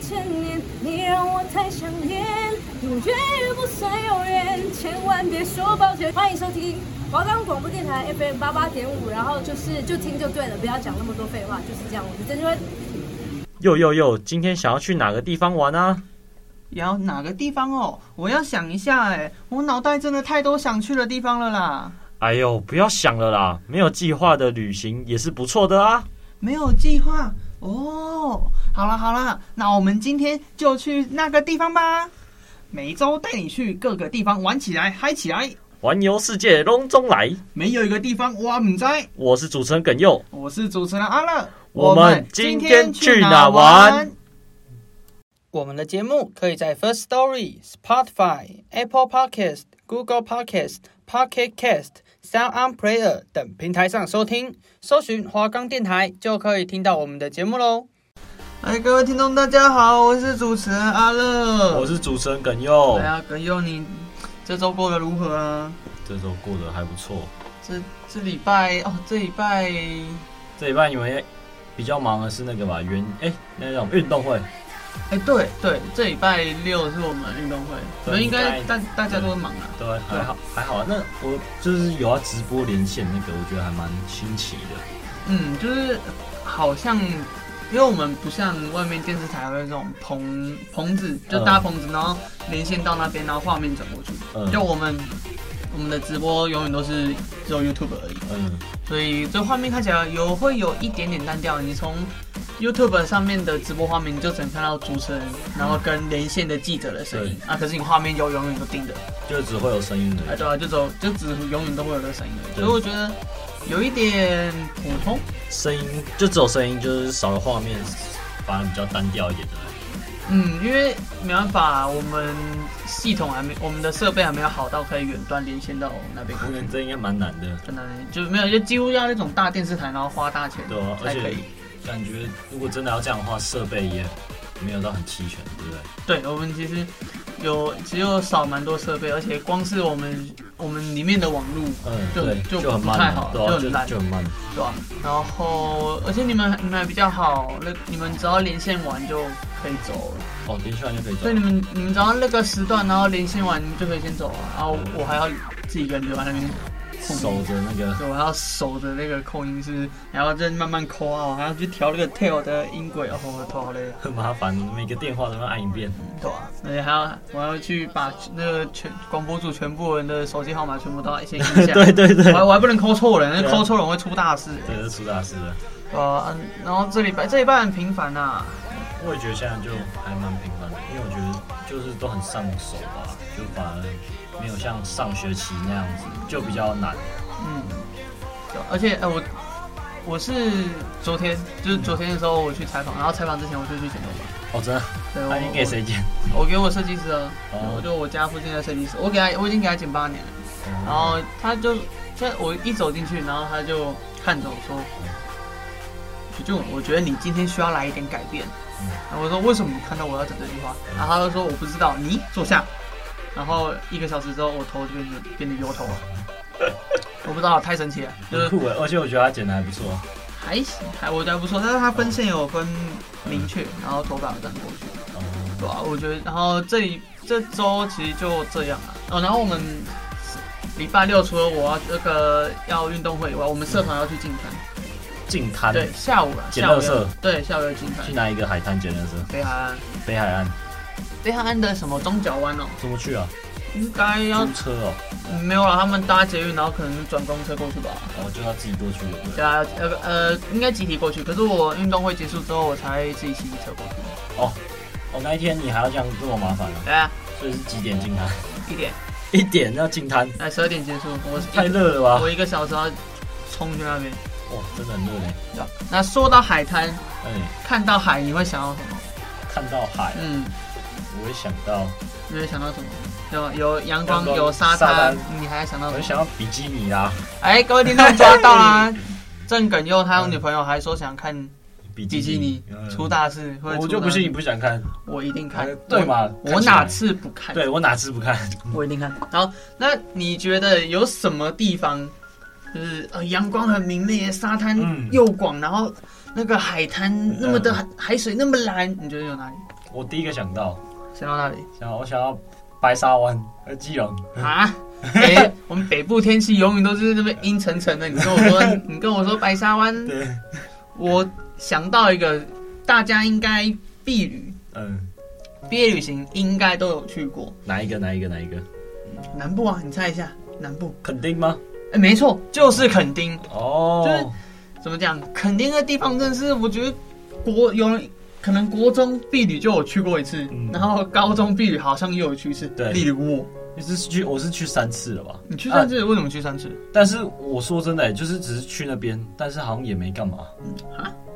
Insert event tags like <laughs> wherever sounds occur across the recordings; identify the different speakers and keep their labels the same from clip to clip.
Speaker 1: 千年，你让我太想念，永远不算永远，千万别说抱歉。欢迎收听华冈广播电台 FM 八八点五，然后就是就听就对了，不要讲那么多废话，就是这样。我是郑钧，
Speaker 2: 哟哟哟，今天想要去哪个地方玩啊？
Speaker 3: 也要哪个地方哦？我要想一下哎，我脑袋真的太多想去的地方了啦。
Speaker 2: 哎呦，不要想了啦，没有计划的旅行也是不错的啊。
Speaker 3: 没有计划哦。好了好了，那我们今天就去那个地方吧。每周带你去各个地方玩起来，嗨起来！
Speaker 2: 环游世界隆中来，
Speaker 3: 没有一个地方我唔知。
Speaker 2: 我是主持人耿佑。
Speaker 3: 我是主持人阿乐，
Speaker 2: 我们今天去哪玩？
Speaker 3: 我们的节目可以在 First Story、Spotify、Apple Podcast、Google Podcast、Pocket Cast、Sound On Player 等平台上收听，搜寻华冈电台就可以听到我们的节目喽。哎，各位听众，大家好，我是主持人阿乐。
Speaker 2: 我是主持人耿佑
Speaker 3: 哎，呀，葛优，你这周过得如何啊？
Speaker 2: 这周过得还不错。
Speaker 3: 这这礼拜哦，这礼拜
Speaker 2: 这礼拜你们比较忙的是那个吧？原哎、那种运动会，
Speaker 3: 哎，对对，这礼拜六是我们运动会，
Speaker 2: 对
Speaker 3: 我们应该
Speaker 2: 礼拜
Speaker 3: 大大家都忙啊。
Speaker 2: 对，还好还好啊。那我就是有要直播连线那个，我觉得还蛮新奇的。
Speaker 3: 嗯，就是好像，因为我们不像外面电视台会有这种棚棚子，就搭棚子，然后连线到那边，然后画面转过去。
Speaker 2: 嗯
Speaker 3: 就我们我们的直播永远都是只有 YouTube 而已，
Speaker 2: 嗯，
Speaker 3: 所以这画面看起来有会有一点点单调。你从 YouTube 上面的直播画面，你就只能看到主持人，然
Speaker 2: 嗯
Speaker 3: 后跟连线的记者的声音啊，可是你画面就永远都盯着。
Speaker 2: 就只会有声音的
Speaker 3: 哎，。对啊，就走，就只永远都会有的声音而已，
Speaker 2: 对
Speaker 3: 所以我觉得有一点普通。
Speaker 2: 声音就只有声音，就是少了画面，反而比较单调一点的。
Speaker 3: 嗯，因为没办法，我们系统还没，我们的设备还没有好到可以远端连线到那边过去，
Speaker 2: 这应该蛮难的，
Speaker 3: 真的就没有，就几乎要那种大电视台，然后花大钱
Speaker 2: 对啊，而
Speaker 3: 才可
Speaker 2: 且
Speaker 3: 以。
Speaker 2: 感觉如果真的要这样的话，设备也没有到很齐全，对不对？
Speaker 3: 对我们其实有只有少蛮多设备，而且光是我们我们里面的网路，
Speaker 2: 嗯，
Speaker 3: 就
Speaker 2: 对，
Speaker 3: 就
Speaker 2: 很
Speaker 3: 不
Speaker 2: 慢
Speaker 3: 太
Speaker 2: 啊，
Speaker 3: 好
Speaker 2: 对啊，
Speaker 3: 就
Speaker 2: 就
Speaker 3: 很烂
Speaker 2: 就很慢。
Speaker 3: 对吧、然后而且你们你们还比较好，那你们只要连线完就可以走了。
Speaker 2: 哦，连续完就可以
Speaker 3: 所以
Speaker 2: 走。
Speaker 3: 你们你们只要那个时段，然后连线完就可以先走啊，然后我还要自己一个人留在那边控制
Speaker 2: 守着那个， <laughs>
Speaker 3: 对，我还要守着那个控音师，然后再慢慢抠啊，我还要去调那
Speaker 2: <laughs>
Speaker 3: 个 tail 的音轨，哦，我头好累啊，
Speaker 2: 很麻烦，每个电话都要按一遍。
Speaker 3: 对啊，而且还要我还要去把那个全广播组全部人的手机号码全部都要先印
Speaker 2: <laughs>
Speaker 3: 下，
Speaker 2: 对对对
Speaker 3: 我还，我还不能抠错人，
Speaker 2: 对啊
Speaker 3: 抠错人会出大事。
Speaker 2: 这是出大事了。
Speaker 3: 呃，嗯然后这礼拜这礼拜很频繁啊呐，
Speaker 2: 我也觉得现在就还蛮平凡的，因为我觉得就是都很上手吧，就反而没有像上学期那样子，就比较难。
Speaker 3: 嗯，对而且呃我。我是昨天，就是昨天的时候我去采访，然后采访之前我就去剪头发。
Speaker 2: 哦，真的，
Speaker 3: 对，
Speaker 2: 那你
Speaker 3: 我
Speaker 2: 给谁剪？
Speaker 3: 我？我给我设计师啊，
Speaker 2: 哦
Speaker 3: 我就我家附近的设计师，我给他，我已经给他剪八年了。然
Speaker 2: 哦
Speaker 3: 后他就，他我一走进去，然后他就看着我说：“许俊，我觉得你今天需要来一点改变。”
Speaker 2: 嗯
Speaker 3: 然后我说：“为什么你看到我要讲这句话？”然后他就说：“我不知道，你坐下。”然后一个小时之后，我头就变得变得油头了。我不知道，太神奇了，就
Speaker 2: 很
Speaker 3: 是
Speaker 2: 酷哎，而且我觉得他剪的还不错。
Speaker 3: 还行，还我觉得还不错，但是它分线有分明确，然后头发有沾过去。
Speaker 2: 哦，
Speaker 3: 对啊，我觉得，然后这里这周其实就这样了、哦，然后我们礼拜六除了我要那个要运动会以外，我们社团要去净滩，
Speaker 2: 近滩，
Speaker 3: 对，下午了，
Speaker 2: 捡
Speaker 3: 下午
Speaker 2: 垃圾
Speaker 3: 要对，下午要净滩
Speaker 2: 去，哪一个海滩捡垃圾？
Speaker 3: 北海岸，
Speaker 2: 北海岸
Speaker 3: 北海岸的什么中角湾哦，
Speaker 2: 怎么去啊？
Speaker 3: 应该要
Speaker 2: 租车哦，
Speaker 3: 没有了，他们搭捷运，然后可能转公车过去吧。
Speaker 2: 哦，就要自己过去了。
Speaker 3: 对啊，呃呃，应该集体过去。可是我运动会结束之后，我才自己骑机车过去。
Speaker 2: 哦，那一天你还要这样这么麻烦啊？
Speaker 3: 对啊，
Speaker 2: 所以是几点进滩？
Speaker 3: <laughs> 一点，
Speaker 2: 一点要进滩，
Speaker 3: 哎，十二点结束，我一
Speaker 2: 太热了吧？
Speaker 3: 我一个小时要冲去那边。
Speaker 2: 哇，真的很热嘞。
Speaker 3: 对啊那说到海滩，
Speaker 2: 哎，
Speaker 3: 看到海你会想到什么？
Speaker 2: 看到海，
Speaker 3: 嗯，
Speaker 2: 我会想到，
Speaker 3: 你会想到什么？有有阳
Speaker 2: 阳，
Speaker 3: 光
Speaker 2: 光
Speaker 3: 有沙
Speaker 2: 沙
Speaker 3: 滩
Speaker 2: 滩，
Speaker 3: 你还想到
Speaker 2: 我
Speaker 3: 什
Speaker 2: 会
Speaker 3: 么？
Speaker 2: 想到比基尼啦，
Speaker 3: 哎，各位听众抓到啦！郑耿佑他有女朋友，还说想看
Speaker 2: 比
Speaker 3: 比基尼
Speaker 2: 嗯
Speaker 3: 出大事，会出
Speaker 2: 我就不信你
Speaker 3: 大事，
Speaker 2: 不想看，
Speaker 3: 我一定看
Speaker 2: 哎。对嘛
Speaker 3: 我
Speaker 2: 看
Speaker 3: 我
Speaker 2: 起来
Speaker 3: 哪次不看？
Speaker 2: 对我哪次不看？ <laughs>
Speaker 3: 我一定看。好，那你觉得有什么地方，就是呃阳光很明媚，沙滩
Speaker 2: 嗯
Speaker 3: 又广，然后那个海滩那么的海水那么蓝，你觉得有哪里？
Speaker 2: 我第一个想到，
Speaker 3: 想到哪里
Speaker 2: 想我想要白沙湾呃基隆， <laughs>
Speaker 3: 啊？北，我们北部天气永远都是那么阴沉沉的。你跟我说， <laughs> 你跟我说白沙湾，
Speaker 2: 对，
Speaker 3: 我想到一个，大家应该毕旅、
Speaker 2: 嗯，
Speaker 3: 毕业旅行应该都有去过
Speaker 2: 哪一个哪一个哪一个？
Speaker 3: 南部啊，你猜一下南部？
Speaker 2: 肯定吗？
Speaker 3: 哎，没错，就是垦丁。
Speaker 2: 哦，
Speaker 3: 就是怎么讲？垦丁的地方真的是，我觉得国有人可能国中避旅就有去过一次，
Speaker 2: 嗯
Speaker 3: 然后高中避旅好像又有去一次。
Speaker 2: 对
Speaker 3: 例如我，
Speaker 2: 就是去我是去三次了吧？
Speaker 3: 你去三次，为什么去三次？
Speaker 2: 但是我说真的、就是只是去那边，但是好像也没干嘛，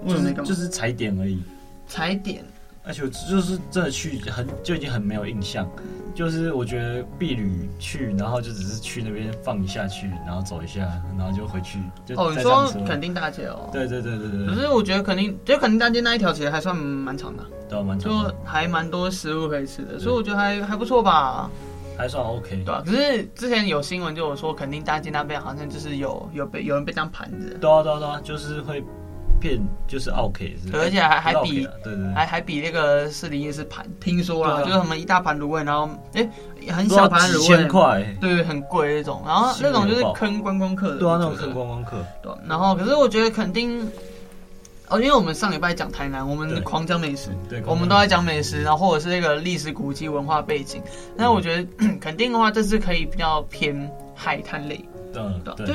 Speaker 3: 为什么没干嘛？
Speaker 2: 啊就
Speaker 3: 就是
Speaker 2: 是踩点而已。
Speaker 3: 踩点，
Speaker 2: 而且我就是真的去很就已经很没有印象，就是我觉得避旅去，然后就只是去那边放一下去，然后走一下，然后就回去，就
Speaker 3: 哦，你
Speaker 2: 再
Speaker 3: 说
Speaker 2: 上车。
Speaker 3: 垦丁大街哦。
Speaker 2: 对对对对对
Speaker 3: 可
Speaker 2: 对，
Speaker 3: 是我觉得肯定，就肯定大街那一条其实还算蛮长的，
Speaker 2: 对啊，蛮
Speaker 3: 就
Speaker 2: 长的，
Speaker 3: 还蛮多食物可以吃的，所以我觉得还还不错吧，
Speaker 2: 还算 OK
Speaker 3: 对。吧、可是之前有新闻就有说，肯定大街那边好像就是有有被有人被当盘子，
Speaker 2: 对啊对啊对啊，就是会骗，就是 OK 是。
Speaker 3: 而且还还
Speaker 2: 不是
Speaker 3: 比
Speaker 2: OK 啊对对对，
Speaker 3: 还还比那个四零一是盘，听说啦，
Speaker 2: 对啊
Speaker 3: 就是什么一大盘卤味，然后哎、很
Speaker 2: 不知道
Speaker 3: 小盘
Speaker 2: 几
Speaker 3: 卤
Speaker 2: 千
Speaker 3: 味，
Speaker 2: 块，
Speaker 3: 对，很贵那种，然后那种就是
Speaker 2: 新闻报
Speaker 3: 坑观光客的，
Speaker 2: 对啊，那
Speaker 3: 我
Speaker 2: 种
Speaker 3: 觉得
Speaker 2: 坑，观光客，
Speaker 3: 对啊，然后可是我觉得肯定，哦，因为我们上礼拜讲台南，我
Speaker 2: 对嗯
Speaker 3: 们狂讲美食，
Speaker 2: 对，
Speaker 3: 我们
Speaker 2: 观光
Speaker 3: 都
Speaker 2: 客
Speaker 3: 在讲美食，然后或者是那个历史古迹文化背景，
Speaker 2: 嗯
Speaker 3: 那我觉得 <clears throat> 肯定的话，这次可以比较偏海滩类，
Speaker 2: 嗯
Speaker 3: 对吧，
Speaker 2: 对，
Speaker 3: 就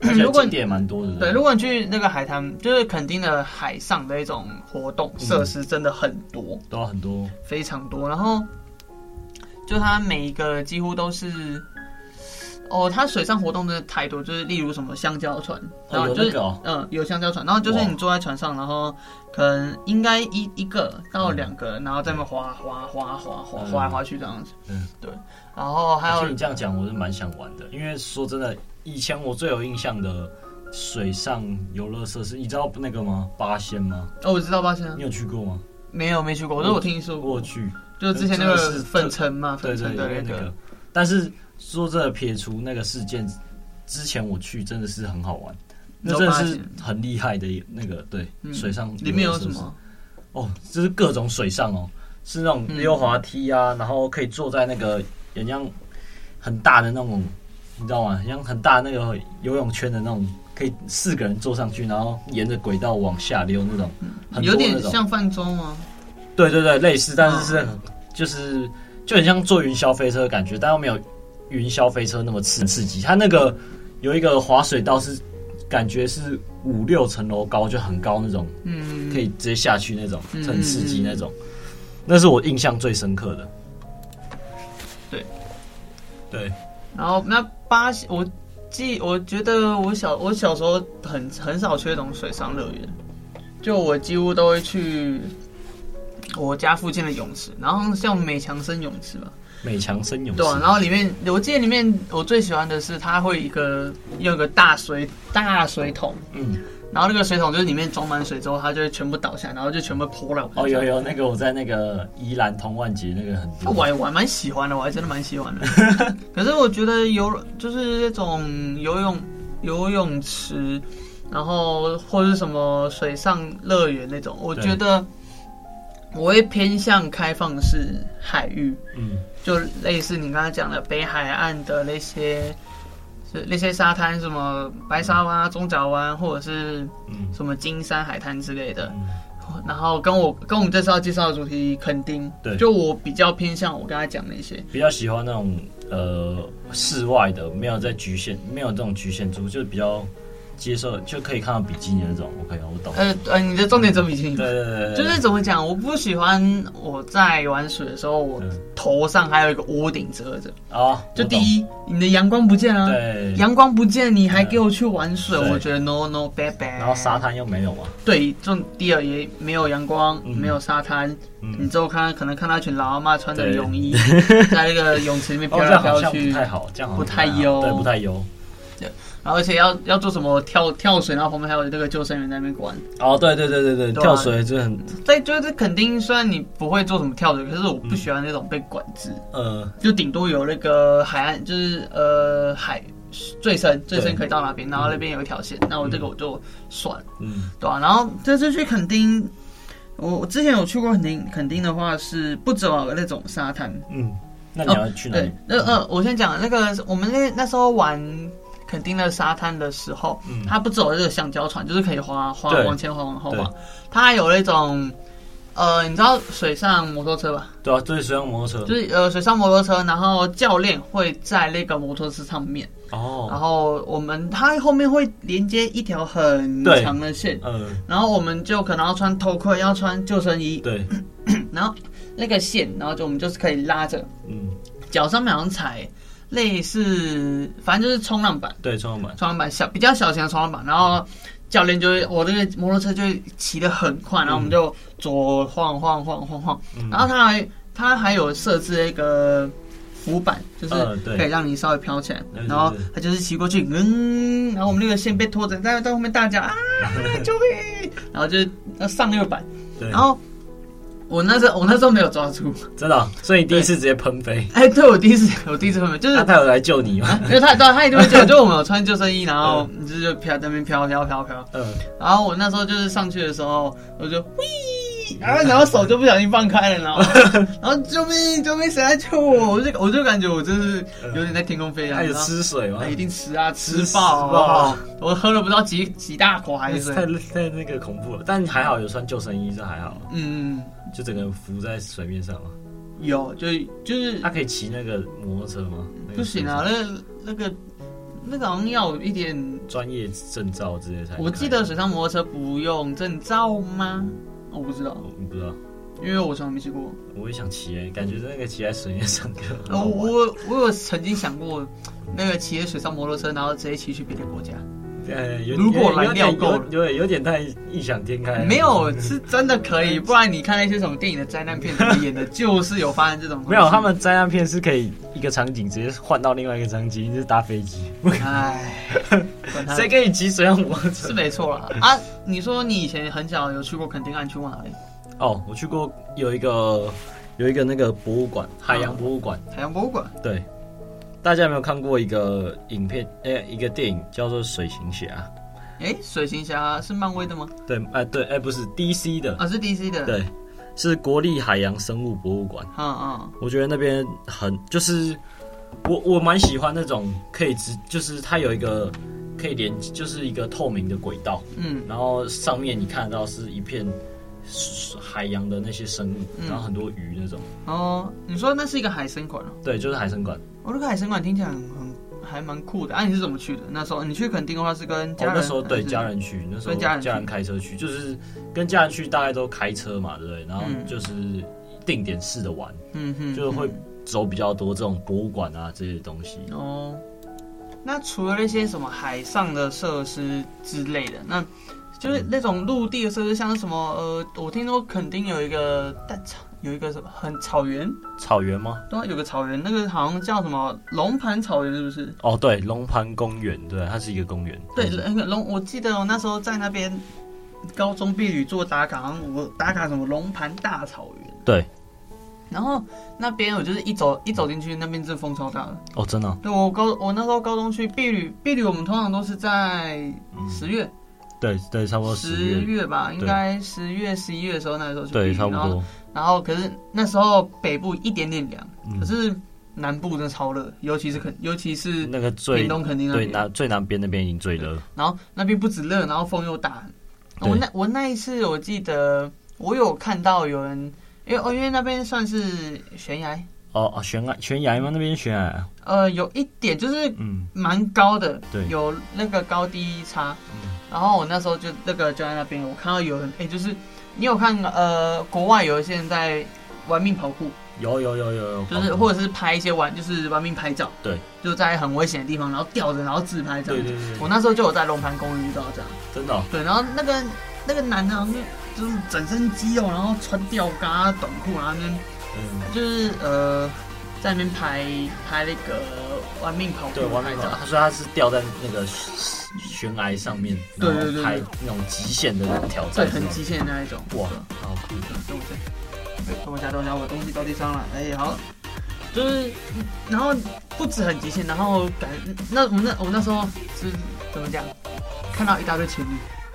Speaker 2: 而
Speaker 3: 是
Speaker 2: 且
Speaker 3: 如果
Speaker 2: 景
Speaker 3: 你
Speaker 2: 点蛮多的，
Speaker 3: 对，如果你去那个海滩，就是垦丁的海上的一种活动
Speaker 2: 嗯
Speaker 3: 设施真的很多，
Speaker 2: 都很多，
Speaker 3: 非常多，然后就它每一个几乎都是，哦，它水上活动真的太多，就是例如什么香蕉船，然后
Speaker 2: 有
Speaker 3: 就
Speaker 2: 那
Speaker 3: 是、
Speaker 2: 个哦
Speaker 3: 嗯有香蕉船，然后就是
Speaker 2: 哇
Speaker 3: 你坐在船上，然后可能应该一一个到两个人，然后在那边划划划划划
Speaker 2: 嗯
Speaker 3: 划来划去这样子，
Speaker 2: 嗯，
Speaker 3: 对，然后还
Speaker 2: 其实
Speaker 3: 有
Speaker 2: 你这样讲，我是蛮想玩的，因为说真的，以前我最有印象的水上游乐设施，你知道那个吗？八仙吗？
Speaker 3: 哦我知道八仙啊
Speaker 2: 你有去过吗？
Speaker 3: 没有没去过，我
Speaker 2: 我
Speaker 3: 都有听说过，
Speaker 2: 我有去，
Speaker 3: 就是之前那个
Speaker 2: 真的是
Speaker 3: 粉尘嘛，
Speaker 2: 对对
Speaker 3: 粉尘的
Speaker 2: 对，
Speaker 3: 那
Speaker 2: 那
Speaker 3: 个
Speaker 2: 个。但是说真的，撇除那个事件之前，我去真的是很好玩，那
Speaker 3: 你说
Speaker 2: 真的
Speaker 3: 八
Speaker 2: 是
Speaker 3: 仙
Speaker 2: 很厉害的一那个对、
Speaker 3: 嗯
Speaker 2: 水上
Speaker 3: 里面
Speaker 2: 游
Speaker 3: 有
Speaker 2: 乐设
Speaker 3: 什
Speaker 2: 施
Speaker 3: 么？
Speaker 2: 哦，就是各种水上哦，是那种
Speaker 3: 嗯
Speaker 2: 溜滑梯啊，然后可以坐在那个很像很大的那种，你知道吗？很像很大那个游泳圈的那种，可以四个人坐上去，然后沿着轨道往下溜那种，很多
Speaker 3: 嗯有点
Speaker 2: 那种
Speaker 3: 像泛舟吗？
Speaker 2: 对对对，类似，但是是
Speaker 3: 嗯
Speaker 2: 很就是就很像坐云霄飞车的感觉，但又没有云霄飞车那么刺刺激。它那个有一个滑水道是感觉是五六层楼高，就很高那种，
Speaker 3: 嗯，
Speaker 2: 可以直接下去那种，
Speaker 3: 嗯
Speaker 2: 很刺激那种。那是我印象最深刻的。
Speaker 3: 对，
Speaker 2: 对，
Speaker 3: 然后那巴西，我记，我觉得我小我小时候很很少去那种水上乐园，就我几乎都会去我家附近的泳池，然后像美强生泳池吧，
Speaker 2: 美强生泳池
Speaker 3: 对啊，然后里面我记得里面我最喜欢的是它会一个用一个大水大水桶，
Speaker 2: 嗯，
Speaker 3: 然后那个水桶就是里面装满水之后，它就会全部倒下，然后就全部泼了。
Speaker 2: 哦，有有那个我在那个宜兰同万节那个很
Speaker 3: 那
Speaker 2: 多，
Speaker 3: 哦我还我还蛮喜欢的，我还真的蛮喜欢的。可是我觉得游就是那种游泳游泳池，然后或是什么水上乐园那种，我
Speaker 2: 对
Speaker 3: 觉得我会偏向开放式海域，
Speaker 2: 嗯，
Speaker 3: 就类似你刚才讲的北海岸的那些。是那些沙滩，什么白沙湾、啊、中角湾，或者是
Speaker 2: 嗯
Speaker 3: 什么金山海滩之类的，
Speaker 2: 嗯，
Speaker 3: 然后跟我跟我们这次要介绍的主题垦丁，
Speaker 2: 对
Speaker 3: 就我比较偏向我刚才讲那些，
Speaker 2: 比较喜欢那种呃室外的，没有在局限，没有这种局限住，就是比较接受，就可以看到比基尼那种。OK，我懂。
Speaker 3: 呃呃，你的重点真比基尼
Speaker 2: 对，对对对，
Speaker 3: 就
Speaker 2: 对
Speaker 3: 是怎么讲，我不喜欢我在玩水的时候，我
Speaker 2: 嗯
Speaker 3: 头上还有一个屋顶遮着。
Speaker 2: 啊，
Speaker 3: 就
Speaker 2: 我
Speaker 3: 第
Speaker 2: 懂，
Speaker 3: 一，你的阳光不见啊，
Speaker 2: 对，
Speaker 3: 阳光不见，你还给我去玩水，
Speaker 2: 对
Speaker 3: 我觉得 no no 拜拜。
Speaker 2: 然后沙，滩又没有嘛，
Speaker 3: 对，这种第二也没有阳光，
Speaker 2: 嗯
Speaker 3: 没有沙滩，你
Speaker 2: 嗯，
Speaker 3: 之后看可能看到一群老阿妈穿着
Speaker 2: 对
Speaker 3: 泳衣，在那个泳池里面
Speaker 2: <laughs> 哦，
Speaker 3: 飘
Speaker 2: 这
Speaker 3: 来
Speaker 2: 样好
Speaker 3: 飘
Speaker 2: 像
Speaker 3: 去
Speaker 2: 不，太好，这样好像
Speaker 3: 不太
Speaker 2: 好
Speaker 3: 优
Speaker 2: 对，不太优。
Speaker 3: 然后而且要要做什么跳跳水，然后旁边还有那个救生员在那边管。
Speaker 2: 哦，对对对对对，
Speaker 3: 对啊
Speaker 2: 跳水真的很
Speaker 3: 但就是肯定，虽然你不会做什么跳水，可是我不喜欢那种被管制，
Speaker 2: 呃，
Speaker 3: 就顶多有那个海岸，就是呃海最深最深可以到哪边，然后那边有一条线，那我这个我就算了，
Speaker 2: 嗯，
Speaker 3: 对吧、然后这次去垦丁，我我之前有去过垦丁，垦丁的话是不走那种沙滩，
Speaker 2: 嗯，那你要去哪里
Speaker 3: 哦对？，那呃，我先讲那个，我们那那时候玩垦丁的沙滩的时候，
Speaker 2: 嗯
Speaker 3: 它不只有这个橡胶船，就是可以滑滑
Speaker 2: 对
Speaker 3: 往前滑往后
Speaker 2: 对
Speaker 3: 滑，它还有那种。呃，你知道水上摩托车吧？
Speaker 2: 对啊，就是水上摩托车。
Speaker 3: 就是呃，水上摩托车，然后教练会在那个摩托车上面，然
Speaker 2: 哦，
Speaker 3: 后我们它后面会连接一条很
Speaker 2: 对
Speaker 3: 长的线，
Speaker 2: 呃，
Speaker 3: 然后我们就可能要穿头盔，要穿救生衣，
Speaker 2: 对，
Speaker 3: 然后那个线，然后就我们就是可以拉着，
Speaker 2: 嗯，
Speaker 3: 脚上面好像踩类似，反正就是冲浪板，
Speaker 2: 对，冲浪板，
Speaker 3: 冲浪板小比较小型的冲浪板，然后教练就会我这个摩托车就会骑得很快，然后我们就左晃晃晃晃晃，
Speaker 2: 嗯
Speaker 3: 然后它还它还有设置一个。浮板就是
Speaker 2: 嗯对
Speaker 3: 可以让你稍微飘起来，
Speaker 2: 对对
Speaker 3: 然后
Speaker 2: 对
Speaker 3: 它就是骑过去，嗯，然后我们那个线被拖着，在在后面大
Speaker 2: <laughs>
Speaker 3: 叫啊，救命！然后就是要上那个板，
Speaker 2: 对，
Speaker 3: 然后我那时候我那时候没有抓住，
Speaker 2: 真的啊，所以你第一次直接喷飞，
Speaker 3: 哎，对我第一次我第一次会没，就是
Speaker 2: 那他有来救
Speaker 3: <laughs>
Speaker 2: 你吗？
Speaker 3: 因为他对啊他一定会救，就我们有穿救生衣，然后就是就飘在那边飘飘飘飘。
Speaker 2: 嗯，
Speaker 3: 然后我那时候就是上去的时候，我就喂，然后然后手就不小心放开了，然后
Speaker 2: <laughs>
Speaker 3: 然后救命救命，谁来救我？我就我就感觉我真是有点在天空飞
Speaker 2: 呃嗯
Speaker 3: 啊，
Speaker 2: 他有
Speaker 3: 然后
Speaker 2: 吃水吗
Speaker 3: 他？一定吃啊吃
Speaker 2: 吃
Speaker 3: 爆
Speaker 2: 爆
Speaker 3: 啊！我喝了不知道几几大口海水
Speaker 2: 太，太那个恐怖了，但还好有穿救生衣，这还好，
Speaker 3: 嗯，
Speaker 2: 就整个人浮在水面上嘛。
Speaker 3: 有就就是
Speaker 2: 他可以骑那个摩托车吗？那个
Speaker 3: 不行啊，那那个那个好像要有一点，
Speaker 2: 专业证照之类才能开。
Speaker 3: 我记得水上摩托车不用证照吗？我不知道。
Speaker 2: 我不知道，
Speaker 3: 因为我从来没去过。
Speaker 2: 我也想骑耶，感觉那个骑在水面上就很
Speaker 3: 然
Speaker 2: 好
Speaker 3: 后
Speaker 2: 玩。
Speaker 3: 呃我我有曾经想过，那个骑着水上摩托车，然后直接骑去别的国家。
Speaker 2: 呃，有
Speaker 3: 如果燃料够了
Speaker 2: 有点有点太异想天开了。
Speaker 3: 没有，是真的
Speaker 2: <laughs>
Speaker 3: 可以。不然你看那些什么电影的灾难片，里面演的就是有发生这种东西。
Speaker 2: 没有，他们灾难片是可以一个场景直接换到另外一个场景，就是搭飞 <laughs> 机。
Speaker 3: 唉，管他
Speaker 2: 谁可以骑水上摩托
Speaker 3: 是
Speaker 2: 车？
Speaker 3: 没错啦。啊！你说你以前很小有去过垦丁岸，你去过哪里？
Speaker 2: <laughs> 哦，我去过有一个有一个那个博物馆，海洋博物馆。
Speaker 3: 海洋博物馆。
Speaker 2: 对，大家有没有看过一个影片？呃、一个电影叫做《水行侠
Speaker 3: 哎，水行侠是漫威的吗？》。
Speaker 2: 对，哎、对，哎、不是 DC 的，
Speaker 3: 啊，是 DC 的。，
Speaker 2: 对，是国立海洋生物博物馆。
Speaker 3: 嗯嗯，
Speaker 2: 我觉得那边很就是我我蛮喜欢那种可以直，就是它有一个可以连，就是一个透明的轨道，
Speaker 3: 嗯
Speaker 2: 然后上面你看得到是一片海洋的那些生物，
Speaker 3: 嗯
Speaker 2: 然后很多鱼那种。
Speaker 3: 哦，你说那是一个海参馆哦。
Speaker 2: 对，就是海参馆。
Speaker 3: 我这个海参馆听起来很很还蛮酷的。啊，你是怎么去的？那时候你去垦丁的话是跟
Speaker 2: 我
Speaker 3: 家人？
Speaker 2: 哦那时候对
Speaker 3: 还是
Speaker 2: 家。人去，那时候
Speaker 3: 跟家人去
Speaker 2: 开车去，就是跟家人去，大概都开车嘛，对不对？然后
Speaker 3: 嗯
Speaker 2: 就是定点式的玩，
Speaker 3: 嗯哼，
Speaker 2: 就是会
Speaker 3: 嗯
Speaker 2: 走比较多这种博物馆啊这些东西。
Speaker 3: 哦。那除了那些什么海上的设施之类的，那就是
Speaker 2: 嗯
Speaker 3: 那种陆地的设施，像是什么呃，我听说垦丁有一个大草，有一个什么很草原，
Speaker 2: 草原吗？
Speaker 3: 对啊，有个草原，那个好像叫什么龙盘草原，是不是？
Speaker 2: 哦，对，龙盘公园，对，它是一个公园。
Speaker 3: 对，
Speaker 2: 嗯
Speaker 3: 那个龙，我记得我那时候在那边高中避旅做打卡，好像我打卡什么龙盘大草原。
Speaker 2: 对。
Speaker 3: 然后那边我就是一走一走进去，那边真的风超大的。
Speaker 2: 哦，真的哦、
Speaker 3: 对我高我那时候高中去避旅，避旅我们通常都是在十月、
Speaker 2: 对对，差不多哦十
Speaker 3: 十
Speaker 2: 月，
Speaker 3: 月吧，
Speaker 2: 对
Speaker 3: 应该十月十一月的时候那时候去避
Speaker 2: 对，
Speaker 3: 旅，
Speaker 2: 差不
Speaker 3: 然后
Speaker 2: 多。
Speaker 3: 然后可是那时候北部一点点凉，
Speaker 2: 嗯
Speaker 3: 可是南部真的超热，尤其是肯尤其是
Speaker 2: 那个最
Speaker 3: 屏东肯定那
Speaker 2: 对
Speaker 3: 边。
Speaker 2: 南最南边那边已经最热，
Speaker 3: 然后那边不止热，然后风又大。
Speaker 2: 对
Speaker 3: 我那我那一次我记得我有看到有人，因为哦因为那边算是悬崖，
Speaker 2: 哦哦，悬崖悬崖吗？那边悬崖啊，
Speaker 3: 呃有一点就是
Speaker 2: 嗯，
Speaker 3: 蛮高的，
Speaker 2: 对
Speaker 3: 有那个高低差。
Speaker 2: 嗯
Speaker 3: 然后我那时候就那个就在那边，我看到有人哎、就是你有看呃国外有一些人在玩命跑酷，
Speaker 2: 有有有有有，
Speaker 3: 就是或者是拍一些玩就是玩命拍照，
Speaker 2: 哦对，
Speaker 3: 就在很危险的地方，然后吊着然后自拍这
Speaker 2: 对
Speaker 3: 样。
Speaker 2: 对对，
Speaker 3: 我那时候就有在龙盘公寓遇到这样。
Speaker 2: 真的哦、
Speaker 3: 对，然后那个那个男的好像就就是整身肌肉，然后穿吊嘎短裤，然后那边
Speaker 2: 嗯，
Speaker 3: 就是呃在那边拍拍那个玩命跑
Speaker 2: 对，
Speaker 3: 酷
Speaker 2: 完
Speaker 3: 拍
Speaker 2: 美
Speaker 3: 照
Speaker 2: 跑。。他说他是吊在那个悬崖上面，
Speaker 3: 对
Speaker 2: 然后
Speaker 3: 对对
Speaker 2: 拍
Speaker 3: 对
Speaker 2: 那种极限的挑
Speaker 3: 对，
Speaker 2: 战，
Speaker 3: 很
Speaker 2: 是
Speaker 3: 极限的那一种。
Speaker 2: 吗，哇，好酷！
Speaker 3: 对，对对，等我一下，等我一下，我东西掉地上了。哎，好，就是，嗯然后不止很极限，然后感那我那我那时候是怎么讲？看到一大堆情侣，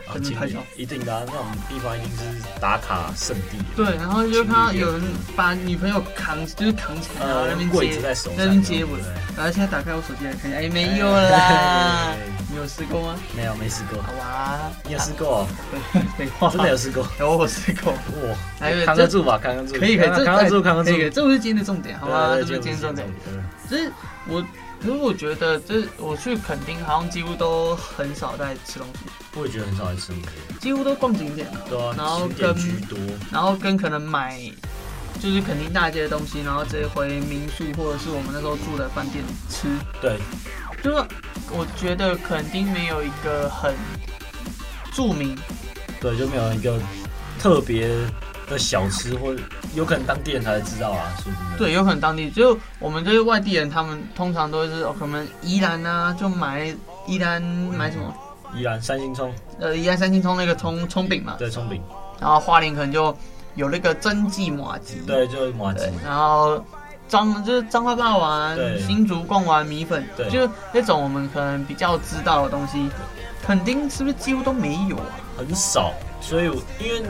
Speaker 2: 啊、啊，
Speaker 3: 真的
Speaker 2: 情
Speaker 3: 太
Speaker 2: 侣
Speaker 3: 少。
Speaker 2: 一定的、啊，那种地方一定是打卡圣地。
Speaker 3: 对，然后就看到有人把女朋友扛，就是扛起来，然后
Speaker 2: 呃
Speaker 3: 在那，边
Speaker 2: 跪
Speaker 3: 接，
Speaker 2: 着在手上，
Speaker 3: 在那边接吻
Speaker 2: 对。
Speaker 3: 然后现在打开我手机来看一下，哎，
Speaker 2: 不对
Speaker 3: 没有啦
Speaker 2: 哎。
Speaker 3: 你有试过吗？
Speaker 2: <laughs> 没有，没试过。
Speaker 3: 好吧，
Speaker 2: 你有试过？
Speaker 3: 废话，
Speaker 2: <laughs> 真的有试过？
Speaker 3: 有我试过。
Speaker 2: 哇，
Speaker 3: 还有
Speaker 2: 扛
Speaker 3: 这
Speaker 2: 得住吧？扛得住，啊
Speaker 3: 可以可以，这哎
Speaker 2: 扛得住，扛得
Speaker 3: 可以
Speaker 2: 住啊
Speaker 3: 可以，。这不是今天的重点，好吧？
Speaker 2: 对
Speaker 3: 这不
Speaker 2: 对
Speaker 3: 是今天重点。。
Speaker 2: 对对
Speaker 3: 只是我，可是我觉得这我去垦丁好像几乎都很少在吃东西，
Speaker 2: 我也觉得很少人吃东西，
Speaker 3: 几乎都逛景点啊，
Speaker 2: 对啊，
Speaker 3: 然后
Speaker 2: 景点
Speaker 3: 跟
Speaker 2: 居多，
Speaker 3: 然后跟可能买就是垦丁大街的东西，然后直接回民宿或者是我们那时候住的饭店吃。
Speaker 2: 对，
Speaker 3: 就是我觉得垦丁没有一个很著名，
Speaker 2: 对，就没有一个特别的小吃，或者有可能当地人才知道啊，说真的。
Speaker 3: 对，有可能当地就我们这些外地人，他们通常都是哦可能宜兰啊，就买宜兰买什么。
Speaker 2: 宜兰三星葱，
Speaker 3: 呃，宜兰三星葱那个葱葱饼嘛，
Speaker 2: 对，葱饼，
Speaker 3: 然后花莲可能就有那个蒸汽麻吉，
Speaker 2: 对，就是麻吉
Speaker 3: 对，，然后彰就是彰化霸王
Speaker 2: 对
Speaker 3: 新竹贡丸米粉，
Speaker 2: 对
Speaker 3: 就是那种我们可能比较知道的东西，垦丁是不是几乎都没有啊？
Speaker 2: 很少。所以我因为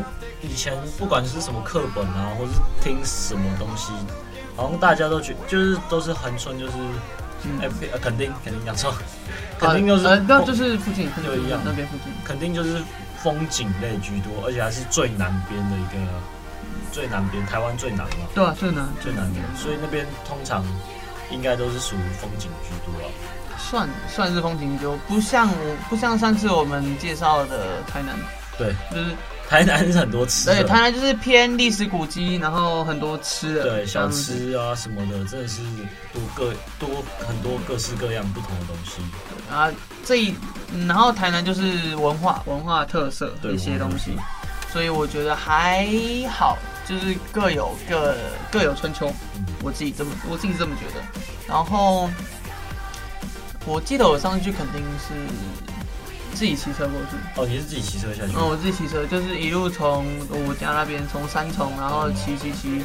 Speaker 2: 以前不管是什么课本啊，或是听什么东西，好像大家都觉就是都是横村，就是
Speaker 3: 嗯，
Speaker 2: 哎，不呃肯定肯定讲
Speaker 3: <laughs>
Speaker 2: 错，肯定就是
Speaker 3: 呃，那就是附近，
Speaker 2: 就一样
Speaker 3: 那边附近，
Speaker 2: 肯定就是风景类居多，而且还是最南边的一个，最南边，台湾最南嘛，
Speaker 3: 对啊，最南
Speaker 2: 最南边，所以那边通常应该都是属于风景居多啊。
Speaker 3: 算算是风情就不像我不像上次我们介绍的台南，
Speaker 2: 对，
Speaker 3: 就是
Speaker 2: 台南是很多吃的，
Speaker 3: 对台南就是偏历史古迹，然后很多吃的，
Speaker 2: 对小
Speaker 3: 像
Speaker 2: 吃啊什么的，真的是多各多很多各式各样不同的东西。
Speaker 3: 啊，这一，嗯然后台南就是文化文化特色
Speaker 2: 对
Speaker 3: 一些东西，所以我觉得还好，就是各有各各有春秋
Speaker 2: 嗯，
Speaker 3: 我自己这么我自己这么觉得。然后我记得我上次去肯定是自己骑车过去，
Speaker 2: 哦，你是自己骑车下去？
Speaker 3: 嗯，我自己骑车就是一路从我家那边从三重，然后骑骑骑，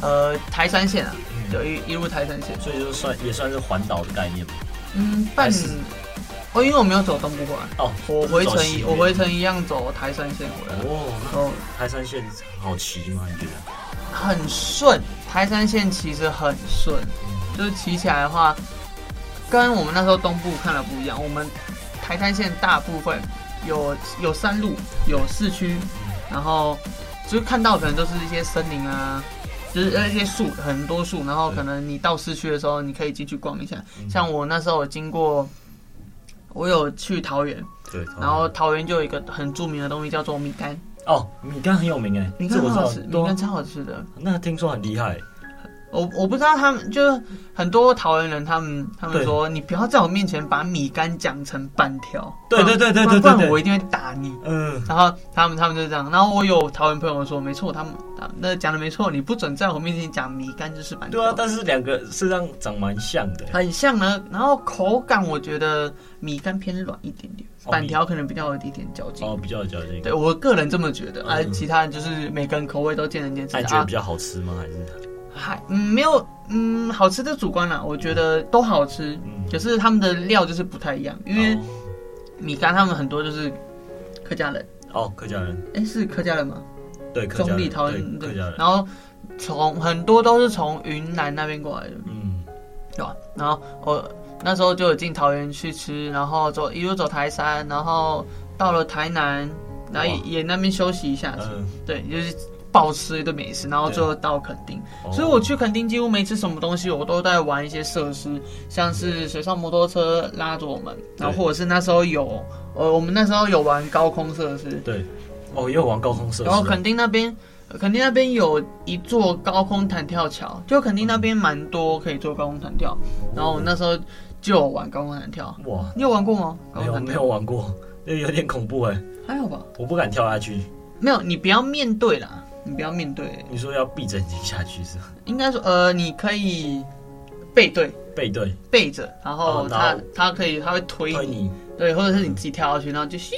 Speaker 3: 呃，台山线啊，
Speaker 2: 嗯
Speaker 3: 就，一一路台山线，
Speaker 2: 所以就算也算是环岛的概念吧。
Speaker 3: 嗯，半
Speaker 2: 还是
Speaker 3: 哦，因为我没有走东部环。
Speaker 2: 哦，
Speaker 3: 我回
Speaker 2: 走
Speaker 3: 程
Speaker 2: 西
Speaker 3: 一
Speaker 2: 边
Speaker 3: 我回程一样走台山线回来，
Speaker 2: 哦，
Speaker 3: 哦，
Speaker 2: 那台山线好骑吗？你觉得？
Speaker 3: 很顺。台山线其实很顺，
Speaker 2: 嗯
Speaker 3: 就是骑起来的话，跟我们那时候东部看的不一样。我们台山线大部分有有山路，有市区，然后就是看到可能都是一些森林啊。就是那些树很多树，然后可能你到市区的时候，你可以进去逛一下。
Speaker 2: 嗯
Speaker 3: 像我那时候有经过，我有去桃园，
Speaker 2: 对，
Speaker 3: 然后桃园就有一个很著名的东西叫做米干，
Speaker 2: 哦，米干很有名哎，
Speaker 3: 米
Speaker 2: 这
Speaker 3: 干
Speaker 2: 我
Speaker 3: 很
Speaker 2: 知
Speaker 3: 好
Speaker 2: 道
Speaker 3: 吃，，米
Speaker 2: 对啊
Speaker 3: 干超好吃的。
Speaker 2: 那听说很厉害，
Speaker 3: 我我不知道他们就是很多桃园人，他们他们
Speaker 2: 对
Speaker 3: 说你不要在我面前把米干讲成半条，
Speaker 2: 对
Speaker 3: 不然
Speaker 2: 对对对
Speaker 3: 不
Speaker 2: 对
Speaker 3: 然
Speaker 2: 对
Speaker 3: 不
Speaker 2: 对
Speaker 3: 然我一定会打你。
Speaker 2: 嗯，
Speaker 3: 然后他们他们就这样，然后我有桃园朋友说，没错，他们他那讲的没错，你不准在我面前讲米干就是半条，
Speaker 2: 对啊，但是两个身上长蛮像的，
Speaker 3: 很像呢。然后口感我觉得米干偏软一点点，
Speaker 2: 哦
Speaker 3: 板条可能比较有一点嚼劲。
Speaker 2: 哦，比较有嚼劲。
Speaker 3: 对，我个人这么觉得，啊，
Speaker 2: 嗯
Speaker 3: 其他人就是每个人口味都见仁见智
Speaker 2: 那你觉
Speaker 3: 啊
Speaker 2: 得比。较好吃吗？还是
Speaker 3: 还嗯没有嗯好吃的主观啦，我觉得都好吃，
Speaker 2: 嗯
Speaker 3: 可是他们的料就是不太一样，因为
Speaker 2: 哦
Speaker 3: 米干他们很多就是客家人，
Speaker 2: 哦，客家人
Speaker 3: 哎是客家人吗？
Speaker 2: 对客家
Speaker 3: 中立
Speaker 2: 人
Speaker 3: 桃
Speaker 2: 对
Speaker 3: 园
Speaker 2: 客家人，
Speaker 3: 然后从很多都是从云南那边过来的，
Speaker 2: 嗯，
Speaker 3: 对吧？然后我那时候就有进桃园去吃，然后走一路走台山，然后到了台南，然后
Speaker 2: 哇
Speaker 3: 也也那边休息一下，
Speaker 2: 嗯，
Speaker 3: 对，就是暴吃一顿美食，然后最后到垦丁。
Speaker 2: 哦
Speaker 3: 所以我去垦丁几乎没吃什么东西，我都在玩一些设施，像
Speaker 2: 嗯
Speaker 3: 是水上摩托车拉着我们，然后或者是那时候有，呃，我们那时候有玩高空设施，
Speaker 2: 对，哦，也有玩高空设施啊，
Speaker 3: 然后垦丁那边，呃垦丁那边有一座高空弹跳桥，就垦丁那边蛮多可以做高空弹跳，
Speaker 2: 哦
Speaker 3: 然后我那时候就有玩高空弹跳，
Speaker 2: 哇，
Speaker 3: 你有玩过吗？高
Speaker 2: 没
Speaker 3: 空
Speaker 2: 有
Speaker 3: 弹
Speaker 2: 没
Speaker 3: 跳
Speaker 2: 有玩过，那有点恐怖哎，
Speaker 3: 还好吧？
Speaker 2: 我不敢跳下去。
Speaker 3: 没有，你不要面对啦，你不要面对，
Speaker 2: 你说要闭着眼睛下去是吧？
Speaker 3: 应该说呃，你可以背对。
Speaker 2: 背对
Speaker 3: 背着，然后
Speaker 2: 哦
Speaker 3: 他
Speaker 2: 然后
Speaker 3: 他可以他会推
Speaker 2: 推
Speaker 3: 你，
Speaker 2: 你，
Speaker 3: 对，或者是你自己跳下去，然后就咻。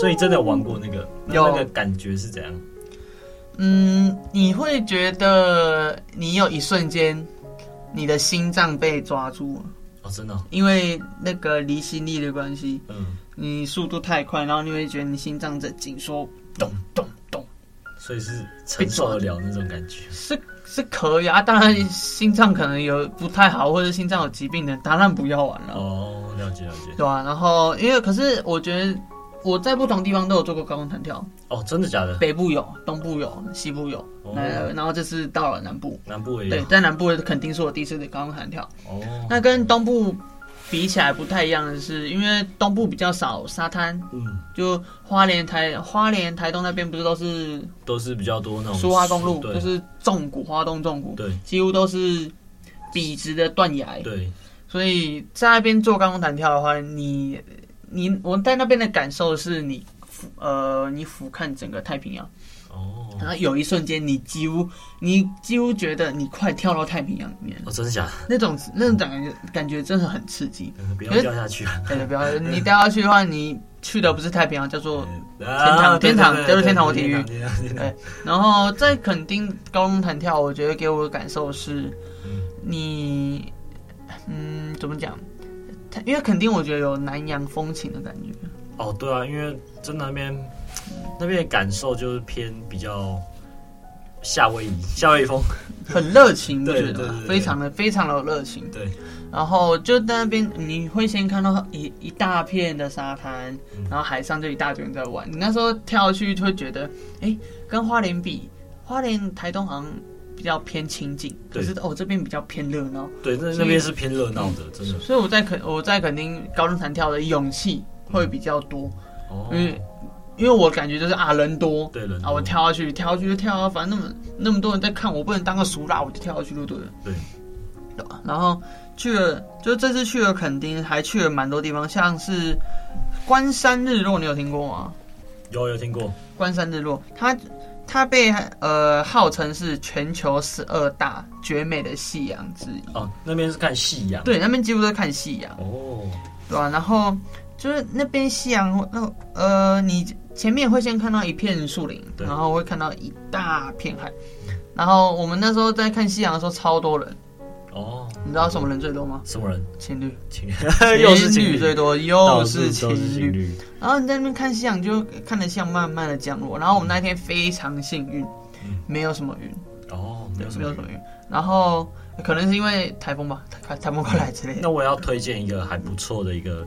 Speaker 2: 所以真的有玩过那个，那
Speaker 3: 有
Speaker 2: 那个感觉是怎样？
Speaker 3: 嗯，你会觉得你有一瞬间，你的心脏被抓住了，
Speaker 2: 哦，真的哦，
Speaker 3: 因为那个离心力的关系，
Speaker 2: 嗯，
Speaker 3: 你速度太快，然后你会觉得你心脏在紧缩，咚咚咚，
Speaker 2: 所以是承受得了那种感觉。
Speaker 3: 是是可以啊。当然，心脏可能有不太好，或者心脏有疾病的，当然不要玩了。
Speaker 2: 哦，了解了解。
Speaker 3: 对啊，然后因为可是我觉得我在不同地方都有做过高空弹跳，
Speaker 2: 哦，真的假的？
Speaker 3: 北部有，东部有，西部有，
Speaker 2: 哦
Speaker 3: 那然后这次到了南部，
Speaker 2: 南部也
Speaker 3: 对
Speaker 2: 有，。
Speaker 3: 在南部肯定是我第一次的高空弹跳。
Speaker 2: 哦，
Speaker 3: 那跟东部比起来不太一样的是，因为东部比较少沙滩，
Speaker 2: 嗯，
Speaker 3: 就花莲台花莲台东那边不是都是
Speaker 2: 都是比较多那种
Speaker 3: 苏花公路，
Speaker 2: 对
Speaker 3: 就是纵谷花东纵谷，
Speaker 2: 对
Speaker 3: 几乎都是笔直的断崖，
Speaker 2: 对，
Speaker 3: 所以在那边做高空弹跳的话，你你我在那边的感受是你俯呃你俯瞰整个太平洋，
Speaker 2: 哦，
Speaker 3: 然后有一瞬间你几乎你几乎觉得你快跳到太平洋里面了，
Speaker 2: 哦，真的假的？
Speaker 3: 那种那种感觉感觉真的很刺激。
Speaker 2: 嗯不要
Speaker 3: 可是
Speaker 2: 掉下去啊！
Speaker 3: 对，嗯不要你掉下去的话，你去的不是太平洋，
Speaker 2: <laughs>
Speaker 3: 叫做
Speaker 2: 啊
Speaker 3: 天堂
Speaker 2: 对
Speaker 3: 叫
Speaker 2: 对
Speaker 3: 做
Speaker 2: 对
Speaker 3: 天堂或
Speaker 2: 对
Speaker 3: 地狱
Speaker 2: 天堂天堂
Speaker 3: 对然后在垦丁高空弹跳，我觉得给我的感受是
Speaker 2: 嗯，
Speaker 3: 你，嗯，怎么讲？它因为垦丁我觉得有南洋风情的感觉，
Speaker 2: 哦，对啊，因为真的那边那边的感受就是偏比较夏威夷夏威夷风，
Speaker 3: 很热情，我
Speaker 2: 对对
Speaker 3: 觉得
Speaker 2: 对对
Speaker 3: 非常的非常的有热情。
Speaker 2: 对，
Speaker 3: 然后就在那边，你会先看到一一大片的沙滩，
Speaker 2: 嗯
Speaker 3: 然后海上就一大堆人在玩。你那时候跳下去就会觉得，哎，跟花莲比，花莲台东好像比较偏清静，可
Speaker 2: 对
Speaker 3: 是哦这边比较偏热闹。
Speaker 2: 对，那
Speaker 3: 所以
Speaker 2: 那边是偏热闹的，真的。
Speaker 3: 所以我在肯我在肯定高中弹跳的勇气会比较多，
Speaker 2: 哦，
Speaker 3: 因为因为我感觉就是啊人多，
Speaker 2: 对人
Speaker 3: 啊我跳下去跳下去就跳啊，反正那么那么多人在看，我不能当个俗辣，我就跳下去就对了。
Speaker 2: 对，
Speaker 3: 对吧？然后去了，就这次去了垦丁，还去了蛮多地方，像是关山日落，你有听过吗？
Speaker 2: 有有听过
Speaker 3: 关山日落，它它被呃号称是全球十二大绝美的夕阳之一。
Speaker 2: 哦，那边是看夕阳。
Speaker 3: 对，那边几乎都在看夕阳。
Speaker 2: 哦，
Speaker 3: 对啊，然后就是那边夕阳，那呃，你前面会先看到一片树林，
Speaker 2: 对
Speaker 3: 然后会看到一大片海。然后我们那时候在看夕阳的时候，超多人。
Speaker 2: 哦，
Speaker 3: 你知道什么人最多吗？
Speaker 2: 什么人？
Speaker 3: 情侣， <laughs>
Speaker 2: 情 <laughs> 又是情
Speaker 3: 最
Speaker 2: 侣，
Speaker 3: 多，
Speaker 2: 到
Speaker 3: 又
Speaker 2: 处
Speaker 3: 是
Speaker 2: 都是
Speaker 3: 情
Speaker 2: 情
Speaker 3: 侣。
Speaker 2: 侣。
Speaker 3: 然后你在那边看夕阳，就看着夕阳慢慢的降落。然后我们那天非常幸运
Speaker 2: 嗯，
Speaker 3: 没有什么云，
Speaker 2: 哦，没
Speaker 3: 对
Speaker 2: 有什
Speaker 3: 没
Speaker 2: 么
Speaker 3: 有什么云。然后可能是因为台风吧，台台风过来之类的。
Speaker 2: 那我也要推荐一个还不错的一个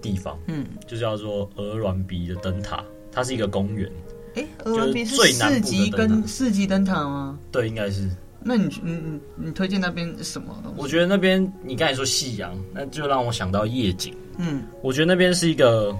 Speaker 2: 地方，
Speaker 3: 嗯，
Speaker 2: 就叫做鹅銮鼻的灯塔，它是一个公园，
Speaker 3: 哎，鹅銮鼻
Speaker 2: 就是最南部的
Speaker 3: 四级
Speaker 2: 灯塔
Speaker 3: 跟四级灯塔吗？
Speaker 2: 对，应该是。
Speaker 3: 那你你你你推荐那边是什么东西？
Speaker 2: 我觉得那边你刚才说夕阳，那就让我想到夜景。
Speaker 3: 嗯
Speaker 2: 我觉得那边是一个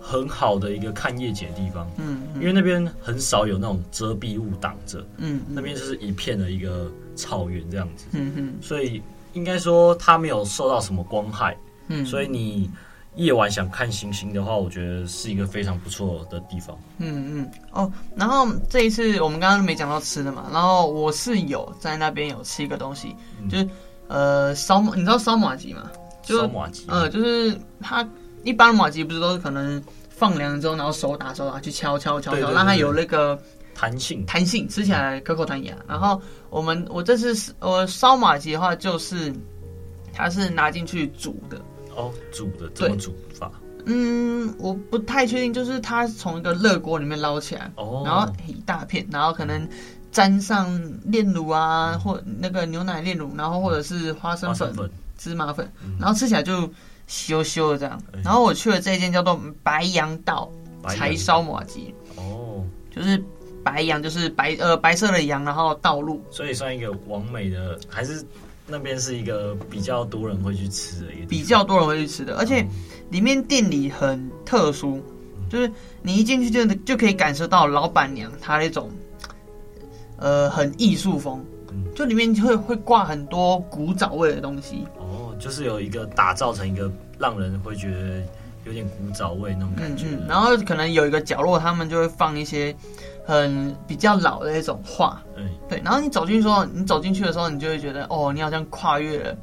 Speaker 2: 很好的一个看夜景的地方，
Speaker 3: 嗯嗯
Speaker 2: 因为那边很少有那种遮蔽物挡着，
Speaker 3: 嗯
Speaker 2: 那边就是一片的一个草原这样子，
Speaker 3: 嗯嗯
Speaker 2: 所以应该说它没有受到什么光害，
Speaker 3: 嗯，
Speaker 2: 所
Speaker 3: 以
Speaker 2: 以你夜晚想看星星的话，我觉得是一个非常不错的地方。
Speaker 3: 嗯嗯哦，然后这一次我们刚刚没讲到吃的嘛，然后我是有在那边有吃一个东西，
Speaker 2: 嗯
Speaker 3: 就是呃烧马，你知道烧马鸡吗？就
Speaker 2: 烧马鸡，
Speaker 3: 呃，就是它一般的马鸡不是都是可能放凉之后，然后手打手打去敲敲敲
Speaker 2: 对
Speaker 3: 敲，
Speaker 2: 对
Speaker 3: 让它
Speaker 2: 对
Speaker 3: 有那个
Speaker 2: 弹性，
Speaker 3: 弹性，吃起来可口弹牙。然后我们我这次是呃烧马鸡的话，就是它是拿进去煮的。
Speaker 2: 哦，煮的怎么
Speaker 3: 对
Speaker 2: 煮法？
Speaker 3: 嗯，我不太确定，就是它从一个热锅里面捞起来，
Speaker 2: 哦，
Speaker 3: 然后一大片，然后可能沾上炼乳啊，或那个牛奶炼乳，然后或者是花生
Speaker 2: 嗯花
Speaker 3: 粉、
Speaker 2: 生粉，
Speaker 3: 芝麻粉
Speaker 2: 嗯，
Speaker 3: 然后吃起来就羞羞的这样
Speaker 2: 哎。
Speaker 3: 然后我去了这一间叫做白羊道
Speaker 2: 白
Speaker 3: 柴
Speaker 2: 羊
Speaker 3: 烧马鸡，
Speaker 2: 哦，
Speaker 3: 就是白羊就是白呃白色的羊，然后道路。
Speaker 2: 所以算一个完美的，还是那边是一个比较多人会去吃的一个地方
Speaker 3: 比较多人会去吃的，而且里面店里很特殊，就是你一进去就就可以感受到老板娘她那种，呃，很艺术风
Speaker 2: 嗯，
Speaker 3: 就里面会会挂很多古早味的东西，
Speaker 2: 哦，就是有一个打造成一个让人会觉得有点古早味那种感
Speaker 3: 嗯
Speaker 2: 觉。
Speaker 3: 嗯，然后可能有一个角落他们就会放一些很比较老的那种画，
Speaker 2: 嗯，
Speaker 3: 对，然后你走进去的时候，你走进去的时候，你就会觉得哦，你好像跨越了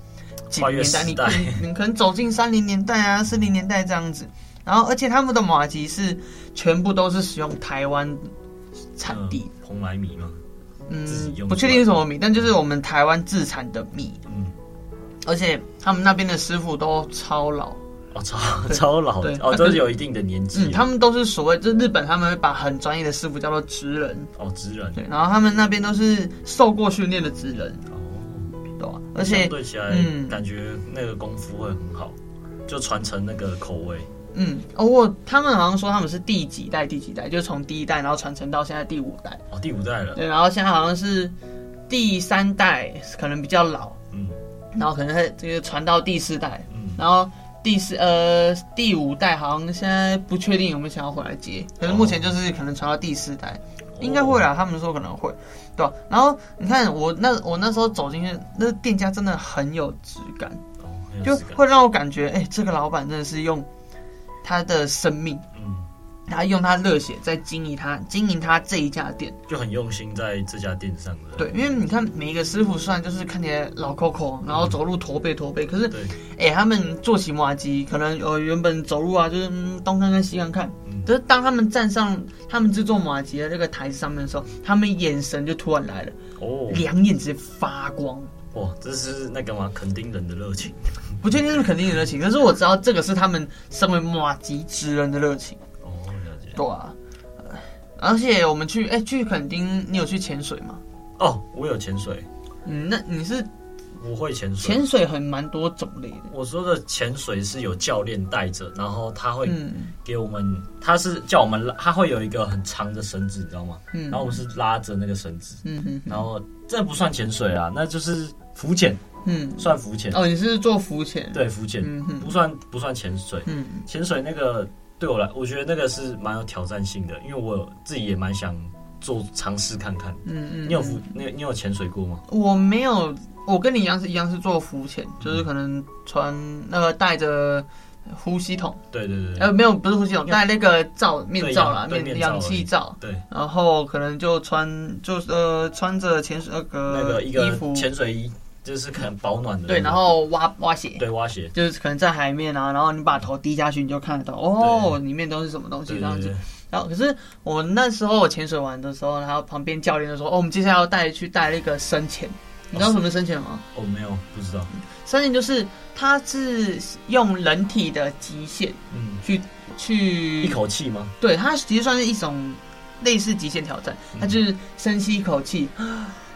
Speaker 3: 几
Speaker 2: 跨
Speaker 3: 个
Speaker 2: 越
Speaker 3: 年代，
Speaker 2: 时
Speaker 3: 你
Speaker 2: 代
Speaker 3: 你你可能走进三零年代啊、四零年代这样子。然后，而且他们的马吉是全部都是使用台湾产地，
Speaker 2: 嗯红莱米嘛，
Speaker 3: 嗯
Speaker 2: 自己用出来，
Speaker 3: 不确定是什么米，但就是我们台湾自产的米。
Speaker 2: 嗯，
Speaker 3: 而且他们那边的师傅都超老，
Speaker 2: 哦，超超老的
Speaker 3: 对
Speaker 2: 哦，都是有一定的年纪了、
Speaker 3: 嗯，他们都是所谓，就日本他们会把很专业的师傅叫做职人，
Speaker 2: 哦，职人
Speaker 3: 对，然后他们那边都是受过训练的职人，
Speaker 2: 哦，
Speaker 3: 对吧、而
Speaker 2: 相
Speaker 3: 且，
Speaker 2: 对起来、
Speaker 3: 嗯
Speaker 2: 感觉那个功夫会很好，就传承那个口味。
Speaker 3: 嗯，哦，我他们好像说他们是第几代，第几代，就是从第一代，然后传承到现在第五代，
Speaker 2: 哦，第五代了，
Speaker 3: 对，然后现在好像是第三代，可能比较老，
Speaker 2: 嗯
Speaker 3: 然后可能会这个传到第四代，
Speaker 2: 嗯，
Speaker 3: 然后第四呃第五代好像现在不确定有没有想要回来接，可是目前就是可能传到第四代，
Speaker 2: 哦
Speaker 3: 应该会啦，他们说可能会，对吧？然后你看我那我那时候走进去，那店家真的很有质感，
Speaker 2: 哦，很有
Speaker 3: 就
Speaker 2: 质感
Speaker 3: 会让我感觉，哎、这个老板真的是用他的生命，
Speaker 2: 嗯，
Speaker 3: 他用他热血在经营他经营他这一家店。
Speaker 2: 就很用心在这家店上的。
Speaker 3: 对，因为你看每一个师傅虽然就是看起来老抠抠，然后走路驼背驼背，可是
Speaker 2: 对，
Speaker 3: 哎、他们做起摩机，可能呃原本走路啊，就是、嗯东看看西看看，
Speaker 2: 嗯
Speaker 3: 可是当他们站上他们制作摩机的这个台子上面的时候，他们眼神就突然来了，
Speaker 2: 哦，
Speaker 3: 两眼直接发光。
Speaker 2: 哇，这是那个嘛，垦丁人的热情。
Speaker 3: 不确定是不是肯定的热情，但是我知道这个是他们身为摩机职人的热情。
Speaker 2: 哦，了解。
Speaker 3: 对啊，呃而且我们去哎、去垦丁，你有去潜水吗？
Speaker 2: 哦，我有潜水，
Speaker 3: 嗯，那你是
Speaker 2: 我会潜水。
Speaker 3: 潜水很蛮多种类的。
Speaker 2: 我说的潜水是有教练带着，然后他会
Speaker 3: 嗯
Speaker 2: 给我们，他是叫我们拉，他会有一个很长的绳子，你知道吗？
Speaker 3: 嗯，
Speaker 2: 然后我们是拉着那个绳子，
Speaker 3: 嗯嗯嗯
Speaker 2: 然后这不算潜水啊，那就是浮潜，
Speaker 3: 嗯，
Speaker 2: 算浮潜，
Speaker 3: 哦，你是做浮潜？，
Speaker 2: 对，浮潜
Speaker 3: 嗯
Speaker 2: 不
Speaker 3: 哼，
Speaker 2: 算不算潜水。
Speaker 3: 嗯
Speaker 2: 潜水那个对我来，我觉得那个是蛮有挑战性的，因为我自己也蛮想做尝试看看。
Speaker 3: 嗯嗯，
Speaker 2: 你有浮，你有你有潜水过吗？
Speaker 3: 我没有，我跟你一样是一样是做浮潜，
Speaker 2: 嗯
Speaker 3: 就是可能穿那个带着呼吸筒，
Speaker 2: 对对对，
Speaker 3: 呃，没有不是呼吸筒，戴那个罩面罩啦，
Speaker 2: 对
Speaker 3: 面
Speaker 2: 氧
Speaker 3: 氧气罩，
Speaker 2: 对，
Speaker 3: 然后可能就穿就呃穿着潜水那
Speaker 2: 那
Speaker 3: 个
Speaker 2: 个一
Speaker 3: 衣
Speaker 2: 个
Speaker 3: 服，
Speaker 2: 潜水衣就是可能保暖的那种，
Speaker 3: 对，然后蛙蛙鞋。
Speaker 2: 对蛙鞋，
Speaker 3: 就是可能在海面啊，然后你把头低下去，你就看得到哦，里面都是什么东西
Speaker 2: 对
Speaker 3: 这
Speaker 2: 对
Speaker 3: 样子
Speaker 2: 对。，
Speaker 3: 然后可是我那时候我潜水完的时候，然后旁边教练就说：“哦，我们接下来要带去带那个深潜。”你知道什么是深潜吗？
Speaker 2: 哦，没有，不知道，
Speaker 3: 深潜就是它是用人体的极限
Speaker 2: 嗯，
Speaker 3: 去去
Speaker 2: 一，口气吗？
Speaker 3: 对它其实算是一种类似极限挑战，它就是深吸一口气。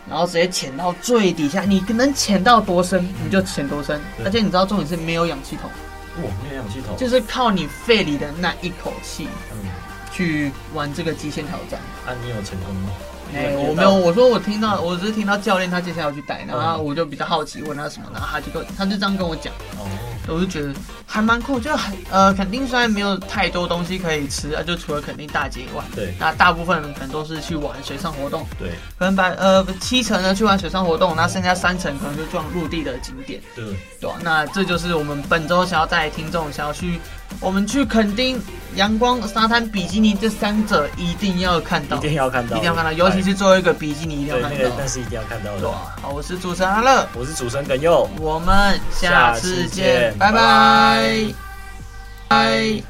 Speaker 3: 然后直接潜到最底下，你能潜到多深你就潜多深，
Speaker 2: 对
Speaker 3: 而且你知道重点是没有氧气筒，
Speaker 2: 哇，没有氧气筒，
Speaker 3: 就是靠你肺里的那一口气
Speaker 2: 嗯，
Speaker 3: 去玩这个极限挑战。
Speaker 2: 啊，你有成功吗？
Speaker 3: 哎、
Speaker 2: 你
Speaker 3: 我
Speaker 2: 有
Speaker 3: 没
Speaker 2: 到
Speaker 3: 有，，我说我听到，我只是听到教练他接下来要去带，然后
Speaker 2: 嗯
Speaker 3: 我就比较好奇问他什么，然后他就跟我他就这样跟我讲，
Speaker 2: 哦，
Speaker 3: 我就觉得还蛮酷，就很呃，肯定虽然没有太多东西可以吃啊，就除了肯定大街以外，
Speaker 2: 对
Speaker 3: 那大部分人可能都是去玩水上活动，
Speaker 2: 对
Speaker 3: 可能把呃七成呢去玩水上活动，那剩下三成可能就撞陆地的景点。
Speaker 2: 对，
Speaker 3: 对啊、那这就是我们本周想要带听众想要去，我们去垦丁、阳光、沙滩、比基尼这三者一定要看到，
Speaker 2: 一定要看到，哎
Speaker 3: 一定要看到，尤其是最后一个比基尼一定要
Speaker 2: 对
Speaker 3: 看
Speaker 2: 那个，
Speaker 3: 到
Speaker 2: 那。是一定要看到
Speaker 3: 对
Speaker 2: 的。
Speaker 3: 啊，好，我是主持人阿乐，
Speaker 2: 我是主持人耿佑，
Speaker 3: 我们下次
Speaker 2: 下次
Speaker 3: 见，
Speaker 2: 见
Speaker 3: 拜拜，拜。